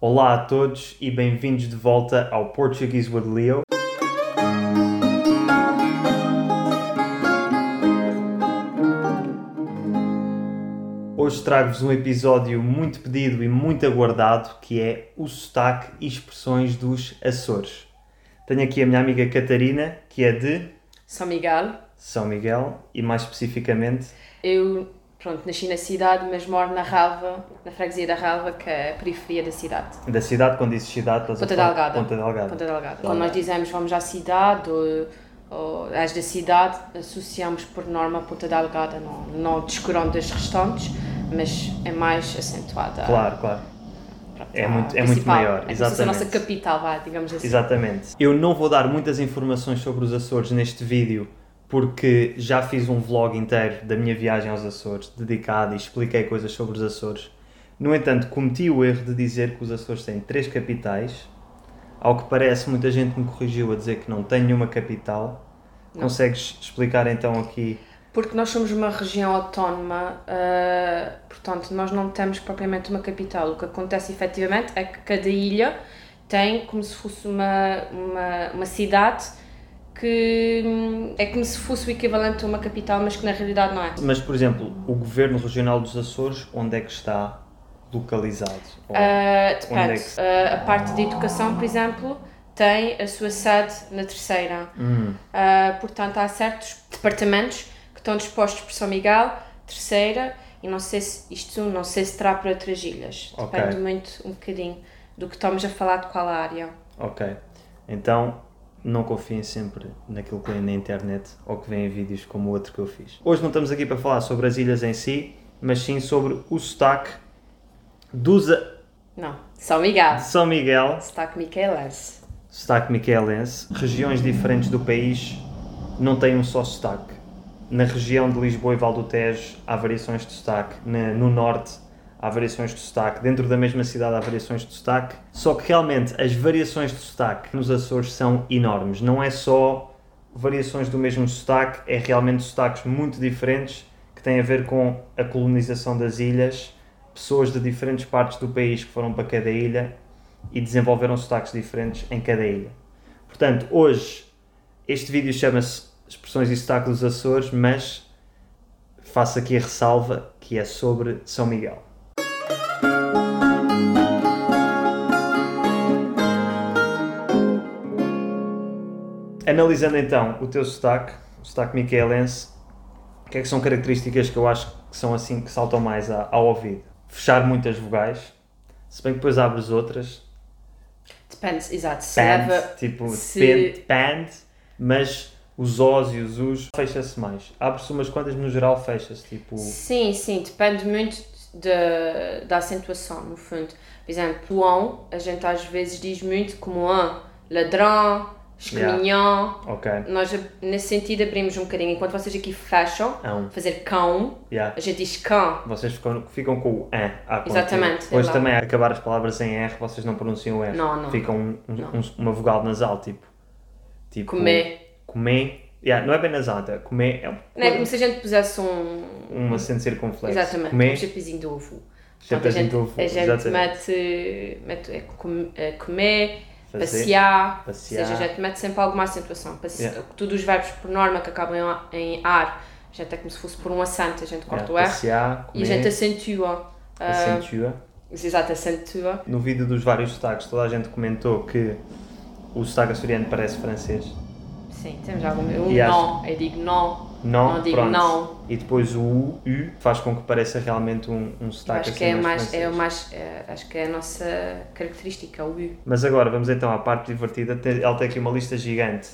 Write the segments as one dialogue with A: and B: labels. A: Olá a todos e bem-vindos de volta ao Portuguese with Leo. Hoje trago-vos um episódio muito pedido e muito aguardado que é o sotaque e expressões dos Açores. Tenho aqui a minha amiga Catarina, que é de
B: São Miguel.
A: São Miguel e, mais especificamente,
B: Eu, pronto, nasci na cidade, mas moro na Ralva, na freguesia da Ralva, que é a periferia da cidade.
A: da cidade, quando dizes cidade, estás a
B: Ponta
A: falar-
B: Delgada.
A: Ponta Delgada.
B: Ponta Delgada. Quando nós dizemos vamos à cidade ou, ou és da cidade, associamos por norma a Ponta Delgada, não, não descurando das restantes, mas é mais acentuada.
A: Claro, claro.
B: Pronto,
A: é
B: a
A: muito- é muito
B: principal.
A: maior,
B: É como se fosse a nossa
A: exatamente.
B: capital, vá, digamos assim.
A: Exatamente. Eu não vou dar muitas informações sobre os Açores neste vídeo porque já fiz um vlog inteiro da minha viagem aos Açores, dedicado e expliquei coisas sobre os Açores. No entanto, cometi o erro de dizer que os Açores têm três capitais. Ao que parece, muita gente me corrigiu a dizer que não tem nenhuma capital. Consegues explicar então aqui?
B: Porque nós somos uma região autónoma, eh, portanto, nós não temos propriamente uma capital. O que acontece efetivamente é que cada ilha tem como se fosse uma, uma, uma cidade que hum, é como se fosse o equivalente a uma capital, mas que na realidade não é.
A: Mas, por exemplo, o Governo Regional dos Açores, onde é que está localizado? Ou-
B: Eh,
A: Onde é
B: depende.
A: que se-
B: Eh, a parte de educação, por exemplo, tem a sua sede na terceira.
A: Hum,
B: Uh, portanto, há certos departamentos que estão dispostos por São Miguel, Terceira, e não sei se isto não sei se terá para outras ilhas.
A: Ok.
B: Depende muito um bocadinho do que estamos a falar de qual área.
A: Ok. Então, não confiem sempre naquilo que leem na internet ou que veem em vídeos como o outro que eu fiz. Hoje não estamos aqui para falar sobre as ilhas em si, mas sim sobre o sotaque dos a-
B: Não, São Miguel.
A: de São Miguel,
B: Sotaque Miquelense.
A: sotaque miquelense. Regiões diferentes do país não têm um só sotaque. Na região de Lisboa e Val do Tejo há variações de sotaque. Na- No norte há variações de sotaque. Dentro da mesma cidade há variações de sotaque. Só que realmente as variações de sotaque nos Açores são enormes. Não é só variações do mesmo sotaque, é realmente sotaques muito diferentes que têm a ver com a colonização das ilhas, pessoas de diferentes partes do país que foram para cada ilha e desenvolveram sotaques diferentes em cada ilha. Portanto, hoje este vídeo chama-se Expressões e Sotaque dos Açores, mas faço aqui a ressalva que é sobre São Miguel. Analisando então o teu sotaque, o sotaque micaelense, o que é que são características que eu acho que são assim que saltam mais a- ao ouvido? Fechar muitas vogais, se bem que depois abres outras,
B: Depende, exato. Se
A: pant,
B: leva.
A: tipo
B: se-
A: pent, pant, mas os Os e os Us fecha-se mais. Abre-se umas quantas, no geral fecha-se, tipo...
B: Sim, sim, depende muito da da acentuação, no fundo. Por exemplo, Luão, a gente às vezes diz muito como an, ladrão, escaminhão.
A: Ok,
B: Nós, nesse sentido, abrimos um bocadinho. Enquanto vocês aqui fecham,
A: Ão.
B: fazer cão,
A: yeah.
B: a gente diz cão.
A: Vocês ficam, ficam com o an à conta.
B: Exatamente, sei
A: Hoje
B: lá.
A: também, a acabar as palavras em R, vocês não pronunciam o R.
B: Não, não.
A: Ficam um- um-
B: Não.
A: um- uma vogal nasal, tipo... tipo
B: Comer.
A: Comer. Yeah, não é bem nasal, até. Comer é um-
B: Não é como se a gente pusesse um.
A: um acento circunflexo.
B: Exatamente, um
A: Comer,
B: chapezinho de ovo. Portanto, a
A: chapezinho
B: gente,
A: de ovo,
B: a gente
A: exatamente.
B: mete, mete é, com- é, comer,
A: Fazer.
B: passear,
A: Passear.
B: Ou seja, a gente mete sempre alguma acentuação. Passe...
A: Yeah.
B: Todos os verbos por norma que acabam em a- em ar, a gente é como se fosse por um acento, a gente corta
A: Yeah,
B: o R
A: passear, comer,
B: e a gente acentua. Uh,
A: acentua.
B: exato, acentua.
A: No vídeo dos vários sotaques, toda a gente comentou que o sotaque açoriano parece francês.
B: Sim, temos algum. Um
A: E acho-
B: não, eu digo não.
A: Não,
B: Não digo
A: pronto.
B: não.
A: E depois o U, U faz com que pareça realmente um, um
B: Eu
A: sotaque
B: acho
A: assim
B: que é
A: mais
B: mais,
A: francês.
B: é o mais é, acho que é a nossa característica, o U.
A: Mas agora vamos então à parte divertida. Tem- Ela tem aqui uma lista gigante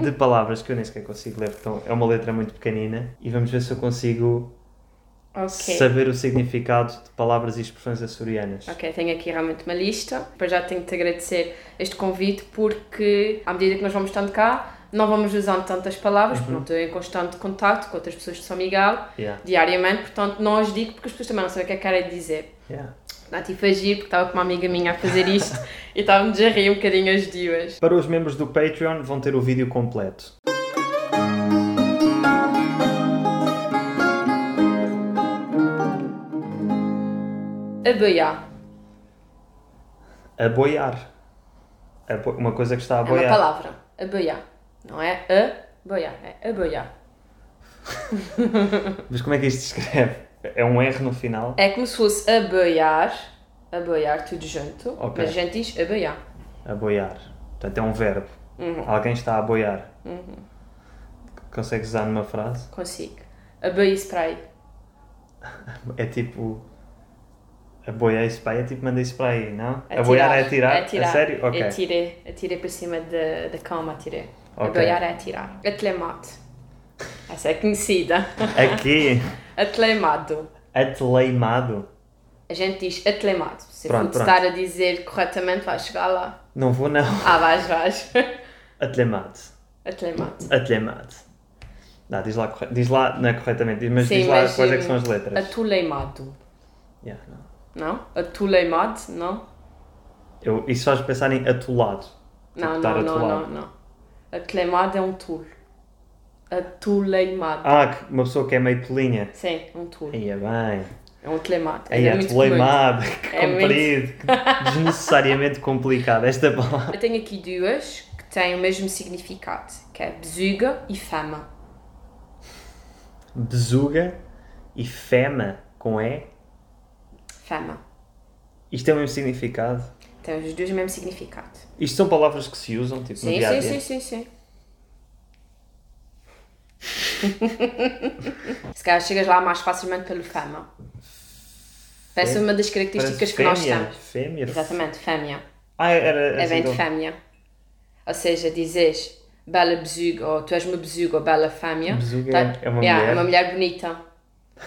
A: de palavras que eu nem sequer consigo ler, então é uma letra muito pequenina. E vamos ver se eu consigo
B: Ok.
A: saber o significado de palavras e expressões açorianas.
B: Ok, tenho aqui realmente uma lista. Para já tenho de te agradecer este convite porque à medida que nós vamos estando cá, não vamos usando tantas palavras,
A: Uhum.
B: porque não estou em constante contacto com outras pessoas de São Miguel
A: Yeah,
B: diariamente, portanto não as digo porque as pessoas também não sabem o que é que querem dizer.
A: yeah.
B: Não tive a agir porque estava com uma amiga minha a fazer isto e estava-me a rir um bocadinho as duas.
A: Para os membros do Patreon vão ter o vídeo completo.
B: Abaiar.
A: a boiar. A bo- Uma coisa que está a
B: É uma
A: boiar.
B: palavra. Aboiar. Não é a boiar, é aboiar.
A: Mas como é que isto se escreve? É um R no final?
B: É como se fosse aboiar, aboiar tudo junto,
A: Ok.
B: mas a gente diz aboiar.
A: A boiar. Portanto, é um verbo.
B: Uhum.
A: Alguém está a boiar. Consegues usar numa frase?
B: Consigo. Aboi spray.
A: É tipo. A boiar isso para aí é tipo mandei isso para aí, não?
B: Atirar.
A: A boiar é atirar?
B: É atirar.
A: A sério? Ok.
B: Atirei. Atirei para cima da, da cama, atirei.
A: Ok.
B: Aboiar é atirar. Atlemate. Essa é conhecida.
A: Aqui,
B: Atlemado.
A: ateleimado.
B: A gente diz atlemado. Se eu
A: Pronto,
B: for te
A: pronto.
B: estar a dizer corretamente, vais chegar lá.
A: Não vou, não.
B: Ah, vais, vais.
A: Ateleimado.
B: Atlemado.
A: Ateleimado. Não, diz lá, corre- diz lá não é corretamente, diz- mas
B: Sim,
A: diz lá
B: mas,
A: quais é
B: hum,
A: que são as letras.
B: Atuleimado.
A: Yeah, não.
B: Não? Atuleimado, não?
A: Eu, isso faz pensar em atolado.
B: Não,
A: estar
B: não, não, não,
A: atolado.
B: não. Atlemado é um tool. Atuleimado.
A: Ah, que- uma pessoa que é meio tolinha.
B: Sim, um tool.
A: Ia bem.
B: É um atlemado.
A: Aí é
B: muito comum.
A: toleimado, que
B: É muito-
A: comprido, que desnecessariamente complicado esta palavra.
B: Eu tenho aqui duas que têm o mesmo significado, que é bezuga e fama.
A: Bezuga e fema com E.
B: Fama.
A: Isto tem o mesmo significado.
B: Tem os dois o mesmo significado.
A: Isto são palavras que se usam, tipo, no
B: Sim,
A: dia a
B: sim,
A: dia.
B: sim, sim, sim. Se calhar chegas lá mais facilmente pelo fama. Parece
A: Fé-
B: uma das características
A: Parece
B: que nós
A: fêmea.
B: temos.
A: Fêmea.
B: Exatamente, fêmea.
A: Ah, era...
B: É bem de
A: assim,
B: fêmea. Ou seja, dizes bela bezuga, ou tu és uma bezuga ou bela fêmea.
A: Bezuga é uma
B: yeah,
A: mulher.
B: é uma mulher bonita.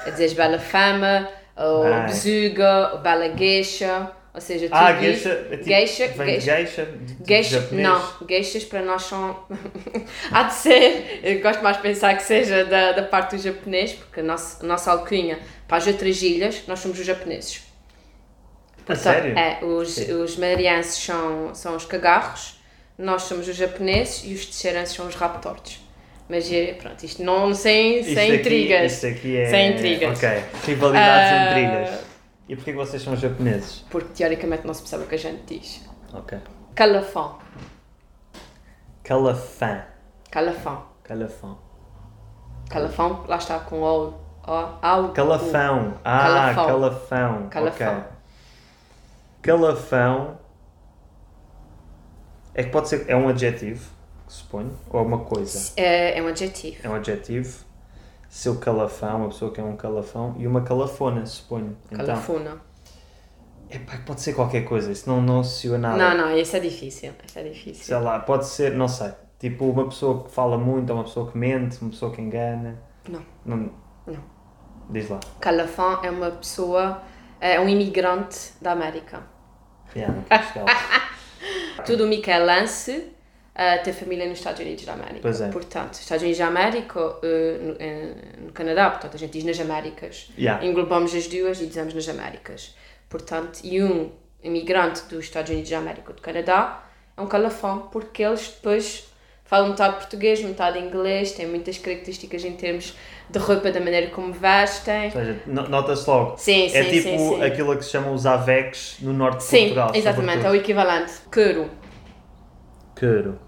B: É dizes bela fama, ou
A: Ah.
B: bezuga, ou bela geisha. Ou seja, tu
A: Ah,
B: dizes-
A: geisha, é tipo,
B: geisha,
A: vem de
B: geisha.
A: geisha, de- de
B: Geisha,
A: japonês.
B: não, geishas para nós são. Há de ser, eu gosto mais de pensar que seja da, da parte do japonês, porque a nossa, a nossa alcunha para as outras ilhas, nós somos os japoneses.
A: A Tá
B: Então,
A: sério?
B: É, os, os madeirenses são, são os cagarros, nós somos os japoneses e os teixeirenses são os raptortes. Mas é, pronto, isto não não sem,
A: Isto
B: sem
A: aqui-
B: intrigas.
A: Isto aqui é...
B: Sem intrigas.
A: Ok. Rivalidades
B: Ah.
A: entre ilhas. E porquê que vocês são japoneses?
B: Porque teoricamente não se percebe o que a gente diz.
A: Ok.
B: Calafão,
A: Calafã.
B: calafão,
A: Calafão.
B: calafão, lá está com o. O, ao,
A: Calafão. Ah,
B: Calafão.
A: calafão.
B: Calafão.
A: Ok. Calafão. É que pode ser. É um adjetivo, suponho. Ou é uma coisa.
B: É, é um adjetivo.
A: É um adjetivo. Seu calafão, uma pessoa que é um calafão. E uma calafona, suponho. Então,
B: Calafuna.
A: epá, pode ser qualquer coisa. Isso não, não associa a nada.
B: Não, não, isso é difícil. Isso é difícil.
A: Sei lá, pode ser, não sei. Tipo, uma pessoa que fala muito, ou uma pessoa que mente, uma pessoa que engana.
B: Não.
A: Não.
B: Não.
A: Diz lá.
B: Calafão é uma pessoa, é um imigrante da América.
A: Yeah, não quero chegar lá.
B: Tudo o Michael Lance eh, tem família nos Estados Unidos da América.
A: Pois é.
B: Portanto, Estados Unidos da América, eh, no, eh, no Canadá, portanto, a gente diz nas Américas.
A: Yeah.
B: Englobamos as duas e dizemos nas Américas. Portanto, e um imigrante dos Estados Unidos da América ou do Canadá é um calafão, porque eles depois falam metade português, metade inglês, têm muitas características em termos de roupa, da maneira como vestem.
A: Ou seja, no- nota-se logo.
B: Sim, sim,
A: é tipo
B: sim, sim.
A: aquilo que se chamam os AVECs no norte de
B: Sim,
A: Portugal.
B: exatamente, é o
A: sobretudo.
B: equivalente. Curo.
A: Quero.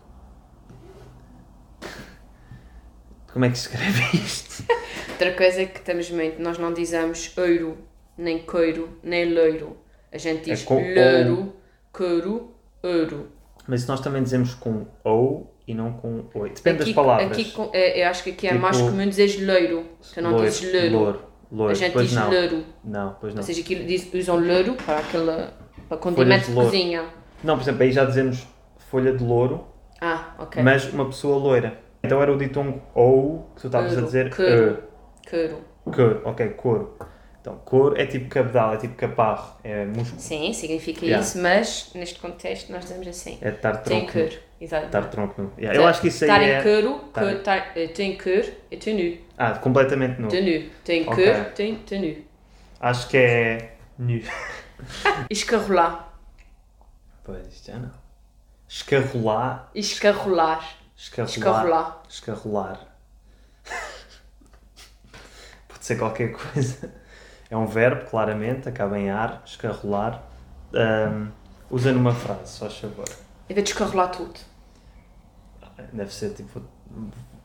A: Como é que se escreve isto?
B: Outra coisa que temos muito, nós não dizemos euro, nem coiro, nem leiro. A gente diz
A: É com
B: leiro, couro, euro.
A: Mas nós também dizemos com ou e não com oi. Depende
B: Aqui-
A: das palavras.
B: aqui com- é- eu acho que aqui é
A: Tipo-
B: mais comum dizer leiro. Tu não
A: Loiro,
B: dizes leiro.
A: Louro. Louro.
B: A gente
A: pois
B: diz
A: não.
B: leiro.
A: Não, pois não.
B: Ou seja, aqui diz, usam leiro para aquela para condimento
A: de
B: de
A: louro.
B: cozinha.
A: Não, por exemplo, aí já dizemos folha de louro,
B: Ah, ok.
A: mas uma pessoa loira. Então era o ditongo ou que tu estavas a
B: Couro,
A: dizer eh,
B: couro.
A: e.
B: Couro.
A: Cor, ok, couro. Então, couro é tipo cabedal, é tipo caparro, é músculo,
B: Sim, significa
A: Yeah.
B: isso, mas neste contexto nós dizemos assim.
A: é estar
B: Tem
A: tronco. nu.
B: couro. Exato.
A: Estar tronco nu. Yeah, Eu acho que isso aí
B: Estar em
A: é.
B: couro,
A: Tá.
B: couro, tá- eh, tem couro e tenu.
A: Ah, completamente nu.
B: Tenu. Tem
A: Ok.
B: couro, tem tenu.
A: Acho que é. nu.
B: Escarrolar.
A: Pois, isto já não. Escarrolar.
B: Escarrolar.
A: Escarrolar.
B: Escarrolar.
A: Escarrolar. Pode ser qualquer coisa. É um verbo, claramente, acaba em ar, escarrolar. Ahm, Usa numa frase, só favor.
B: E de descarrolar tudo.
A: Deve ser tipo.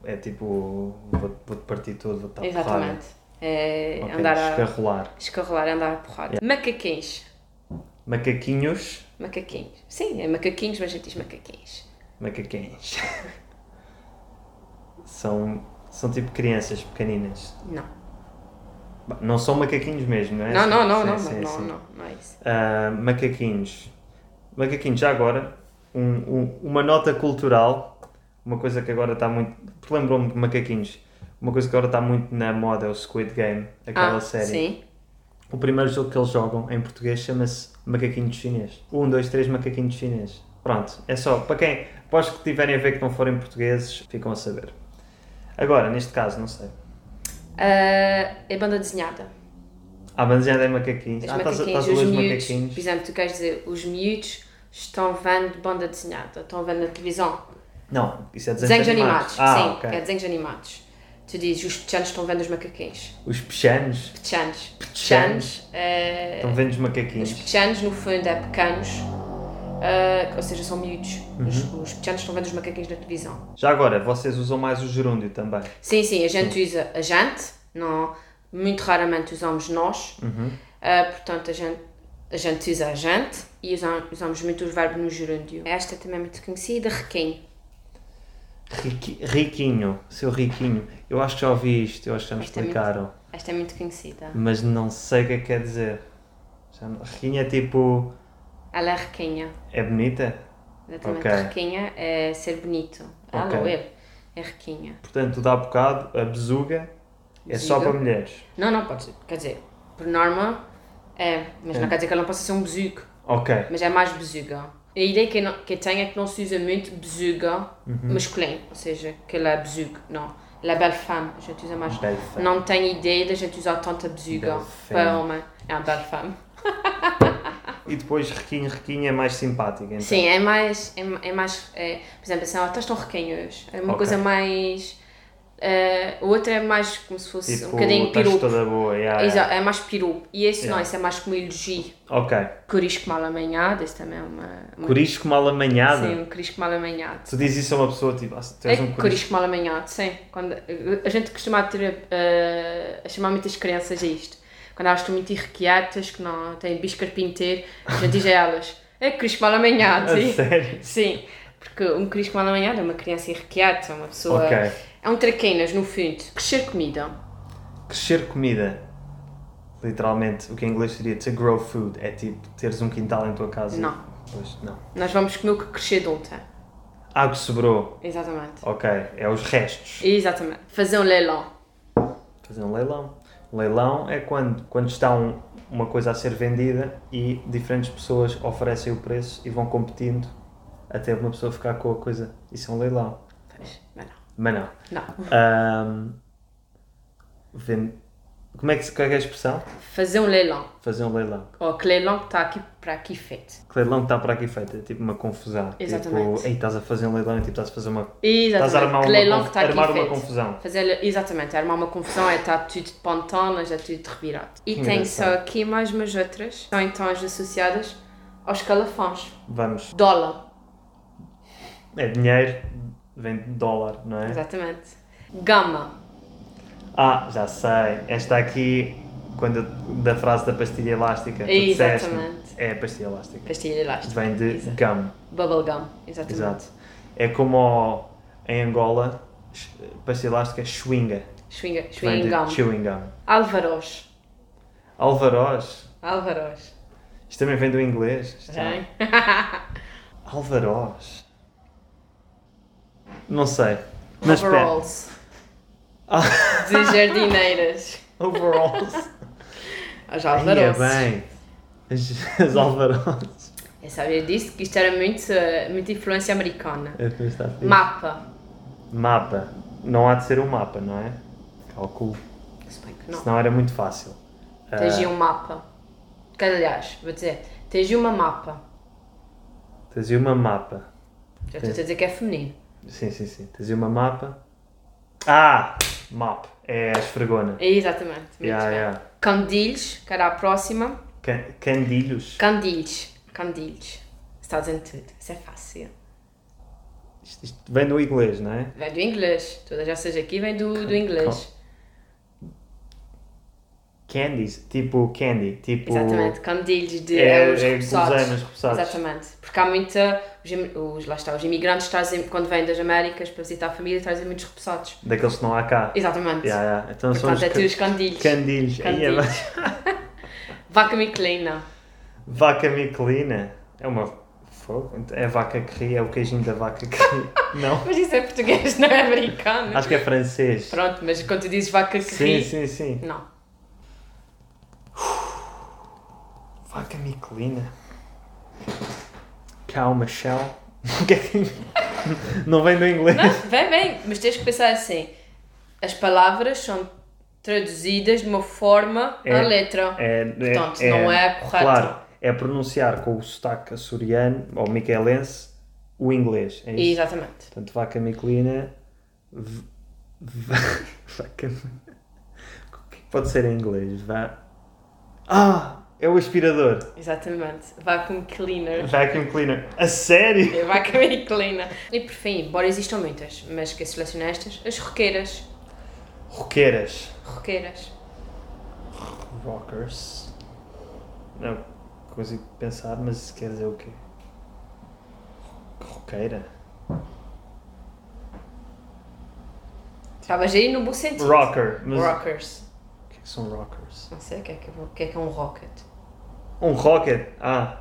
A: É tipo. Vou-te vou partir todo, vou-te dar
B: Exatamente. É
A: porrada. Ok,
B: andar a
A: Escarrolar.
B: escarrolar, andar a porrada. Macaquinhos.
A: Macaquinhos.
B: Macaquinhos. Sim, é macaquinhos, mas a gente diz macaquinhos.
A: Macaquinhos. são, são tipo crianças pequeninas.
B: Não.
A: Bah, Não são macaquinhos mesmo, não é?
B: Não,
A: Sim,
B: não, não,
A: sim,
B: não,
A: sim,
B: não,
A: sim.
B: não, não, não é isso.
A: Ah, macaquinhos. Macaquinhos, já agora, um- um- uma nota cultural, uma coisa que agora está muito. porque Lembrou-me de macaquinhos. Uma coisa que agora está muito na moda é o Squid Game, aquela
B: ah,
A: série.
B: sim.
A: O primeiro jogo que eles jogam em português chama-se Macaquinhos Chinês. Um, dois, três Macaquinhos Chinês. Pronto, é só. Para quem. Para os que tiverem a ver que não forem portugueses, ficam a saber. Agora, neste caso, não sei.
B: Ah, é banda desenhada.
A: A bandeira é macaquinhos.
B: Os
A: Ah, estás a-
B: macaquinhos,
A: estás a ler
B: os
A: os
B: miúdos.
A: macaquinhos.
B: Por exemplo, tu queres dizer, os miúdos estão vendo banda desenhada, estão vendo na televisão.
A: Não, isso é desenhos,
B: Desenhos animados.
A: Ah,
B: sim,
A: ok.
B: é desenhos animados. Tu dizes, os pechanos estão vendo os macaquinhos.
A: Os pechanos.
B: Pechanos.
A: Pechanos.
B: Pechanos. é,
A: Estão vendo os
B: Os
A: Então macaquinhos.
B: pechanos, no fundo, é pequenos, ah, ou seja, são miúdos.
A: Uhum.
B: Os, os pechanos estão vendo os macaquinhos na televisão.
A: Já agora, vocês usam mais o gerúndio também.
B: Sim, sim, a gente usa a gente, não, muito raramente usamos nós.
A: Uhum.
B: Ah, portanto, a gente, a gente usa a gente e usa- usamos muito o verbo no gerúndio. Esta também é muito conhecida, requinho.
A: Riqui- riquinho, seu riquinho. Eu acho que já ouvi isto, eu acho que já me
B: Esta é muito-
A: explicaram.
B: Esta é muito conhecida.
A: Mas não sei o que é que quer dizer. Já não- Riquinho é tipo.
B: Ela é requinha.
A: É bonita?
B: Exatamente.
A: Ok.
B: Requinha é ser bonito. Ela
A: Ok.
B: ou ele é requinha.
A: Portanto, dá bocado, a bezuga é só
B: Bezuga.
A: para mulheres.
B: Não, não pode ser. Quer dizer, por norma é, mas
A: Eh.
B: não quer dizer que ela não possa ser um bezuco.
A: Ok.
B: mas é mais E bezuga. A ideia que eu, não- que eu tenho é que não se usa muito bezuga
A: Mhm.
B: masculino, ou seja, que ela é bezuga, não. Ela é belle femme, a gente usa mais.
A: Belle femme.
B: Não tenho ideia da gente usar tanta bezuga
A: Belle femme.
B: para homem. É uma belle femme.
A: E depois, riquinho, riquinho é mais simpático. Então.
B: Sim, é mais, é, ma- é mais, é, por exemplo, assim, ó, estás tão requinho hoje. É uma
A: Ok.
B: coisa mais, eh, o outro é mais como se fosse
A: Tipo,
B: um bocadinho
A: estás
B: pirupo.
A: toda boa. yeah, yeah.
B: Exato, é mais pirupo. E esse não, esse é mais como elogio.
A: Ok.
B: Corisco mal amanhado, esse também é uma... uma
A: Corisco mal amanhado.
B: Sim, um corisco mal amanhado.
A: Tu dizes isso a uma pessoa, tipo, ah, tu
B: É
A: és um corisco.
B: corisco mal amanhado, sim. Quando, a gente costuma ter, eh, a chamar muitas crianças a isto. Quando elas estão muito irrequietas, que não têm bicho carpinteiro, a gente diz a elas, é corisco mal amanhado.
A: A
B: sim.
A: sério?
B: Sim, porque um corisco mal amanhado é uma criança irrequieta, uma pessoa...
A: Ok.
B: É um traquinas, no fundo. Crescer comida.
A: Crescer comida. Literalmente, o que em inglês seria to grow food. É tipo, teres um quintal em tua casa.
B: Não.
A: Pois, não.
B: Nós vamos comer o que crescer de ontem.
A: Ah, o que sobrou.
B: Exatamente.
A: Ok, é os restos.
B: Exatamente. Fazer um leilão.
A: Fazer um leilão. Um leilão é quando, quando está um- uma coisa a ser vendida e diferentes pessoas oferecem o preço e vão competindo até uma pessoa ficar com a coisa. Isso é um leilão.
B: Pois, mas não.
A: Mas não.
B: Não.
A: Ahm, ven- Como é que, se- qual é que é a expressão?
B: Fazer um leilão.
A: Fazer um leilão.
B: Ou que leilão que está aqui para aqui feito.
A: Que leilão que está para aqui feito? É tipo uma confusão.
B: Exatamente.
A: Tipo, ei, estás a fazer um leilão e tipo, estás a fazer uma.
B: Exatamente.
A: Estás a armar
B: que
A: uma
B: leilão
A: conf-
B: que está aqui
A: armar uma
B: feito.
A: confusão.
B: Fazer, exatamente, armar uma confusão é estar tudo de pontonas, é tudo revirado. E
A: Que
B: tem só
A: engraçado.
B: aqui mais umas outras, são então as associadas aos calafões.
A: Vamos.
B: Dólar,
A: É dinheiro, vem de dólar, não é?
B: exatamente. Gama,
A: Ah, já sei. Esta aqui, quando eu- da frase da pastilha elástica. tu disseste-me.
B: Exatamente.
A: É a pastilha elástica.
B: pastilha elástica.
A: Vem de
B: Exato.
A: gum.
B: Bubblegum, exatamente.
A: Exato. É como ao- em Angola, sh- pastilha elástica, chewinga.
B: Chewing,
A: Vem
B: chewing
A: de
B: gum.
A: chewing gum.
B: Alvaroz.
A: Alvaroz.
B: Alvaroz.
A: Isto também vem do inglês. Isto é-
B: Hein?
A: Alvaroz. Não sei. Mas pera.
B: Overalls. De jardineiras.
A: Overalls.
B: As
A: Ia
B: alvarozes.
A: bem. As, as alvarozes.
B: Eu sabia disso, que isto era muito, eh, muita influência americana.
A: É como está fixe.
B: Mapa.
A: Mapa. Não há de ser um mapa, não é? Calculo.
B: Se bem que não.
A: Senão era muito fácil. Ah,
B: Tens aí um mapa. Que, aliás, vou dizer, tens aí uma mapa. um-
A: tens aí uma mapa.
B: Já estou a dizer que é feminino.
A: Sim, sim, sim. Tens aí uma mapa. Ah! Map. É a esfregona.
B: É exatamente. Muito
A: Yeah,
B: bem.
A: yeah.
B: Candilhos, que era a próxima.
A: Can- Candilhos.
B: Candilhos. Candilhos. Estados em tudo. Isso é fácil.
A: Isto, isto vem do inglês, não é?
B: Vem do inglês. Todas essas aqui vêm do, do inglês.
A: Candies, tipo candy, tipo.
B: Exatamente. Candilhos de
A: É,
B: é, os
A: é
B: repousados.
A: guloseimas, repousados.
B: Exatamente. Porque há muita. Os, im- os- lá está, os imigrantes trazem, quando vêm das Américas para visitar a família, trazem muitos repousados.
A: Daqueles que não há cá.
B: Exatamente.
A: Yeah, yeah. Então são os
B: Portanto, é tu
A: ca-
B: os candilhos.
A: candilhos. Aí é
B: Candilhos. Vaca Michelina.
A: Vaca miquelina. É uma. fogo. É a vaca que ri, é o queijinho da vaca que ri. Não?
B: Mas isso é português, não é americano.
A: Acho que é francês.
B: Pronto, mas quando tu dizes vaca que
A: Sim,
B: ri,
A: sim, sim.
B: não.
A: Vaca miquelina. Cow Michelle. O que é que- Não vem do inglês.
B: Não, vem bem, mas tens que pensar assim. As palavras são traduzidas de uma forma
A: É.
B: à letra.
A: É,
B: Portanto, não é correto.
A: Claro, é pronunciar com o sotaque açoriano ou micaelense o inglês. É isso.
B: Exatamente.
A: Portanto, vaca miquelina. v- va- Vaca. O que pode ser em inglês? Va... Ah! É o aspirador.
B: Exatamente. Vacuum cleaner.
A: Vacuum cleaner. A sério?
B: É Vaca michelina. E por fim, embora existam muitas, mas que selecionei estas, as roqueiras.
A: Roqueiras.
B: Roqueiras.
A: Rockers. Não consigo pensar, mas isso quer dizer o quê? Roqueira?
B: Estavas aí no bom sentido.
A: Rocker. Mas
B: Rockers.
A: o que é que são rockers?
B: Não sei o que é que, o que é que é um rocket.
A: Um rocket. Ah.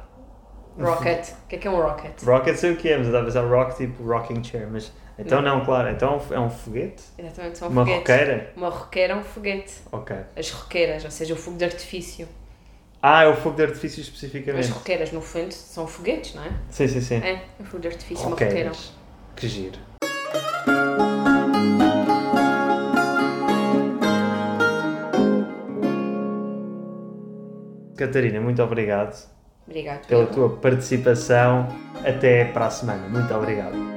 B: Rocket. O que é que é um rocket?
A: Rocket sei o que é, mas eu estava a pensar rock tipo rocking chair. Mas então não, claro. Então é um f- é um foguete?
B: Exatamente, são
A: Uma
B: foguetes.
A: roqueira?
B: Uma roqueira é um foguete.
A: Ok.
B: As roqueiras, ou seja, o fogo de artifício.
A: Ah, é o fogo de artifício
B: As
A: especificamente.
B: roqueiras, no fundo, são foguetes, não é?
A: Sim, sim, sim.
B: É, o fogo de artifício, uma roqueira.
A: Roqueiras. Que giro. Catarina, muito obrigado
B: Obrigado.
A: pela tua participação. Até para a semana. Muito obrigado.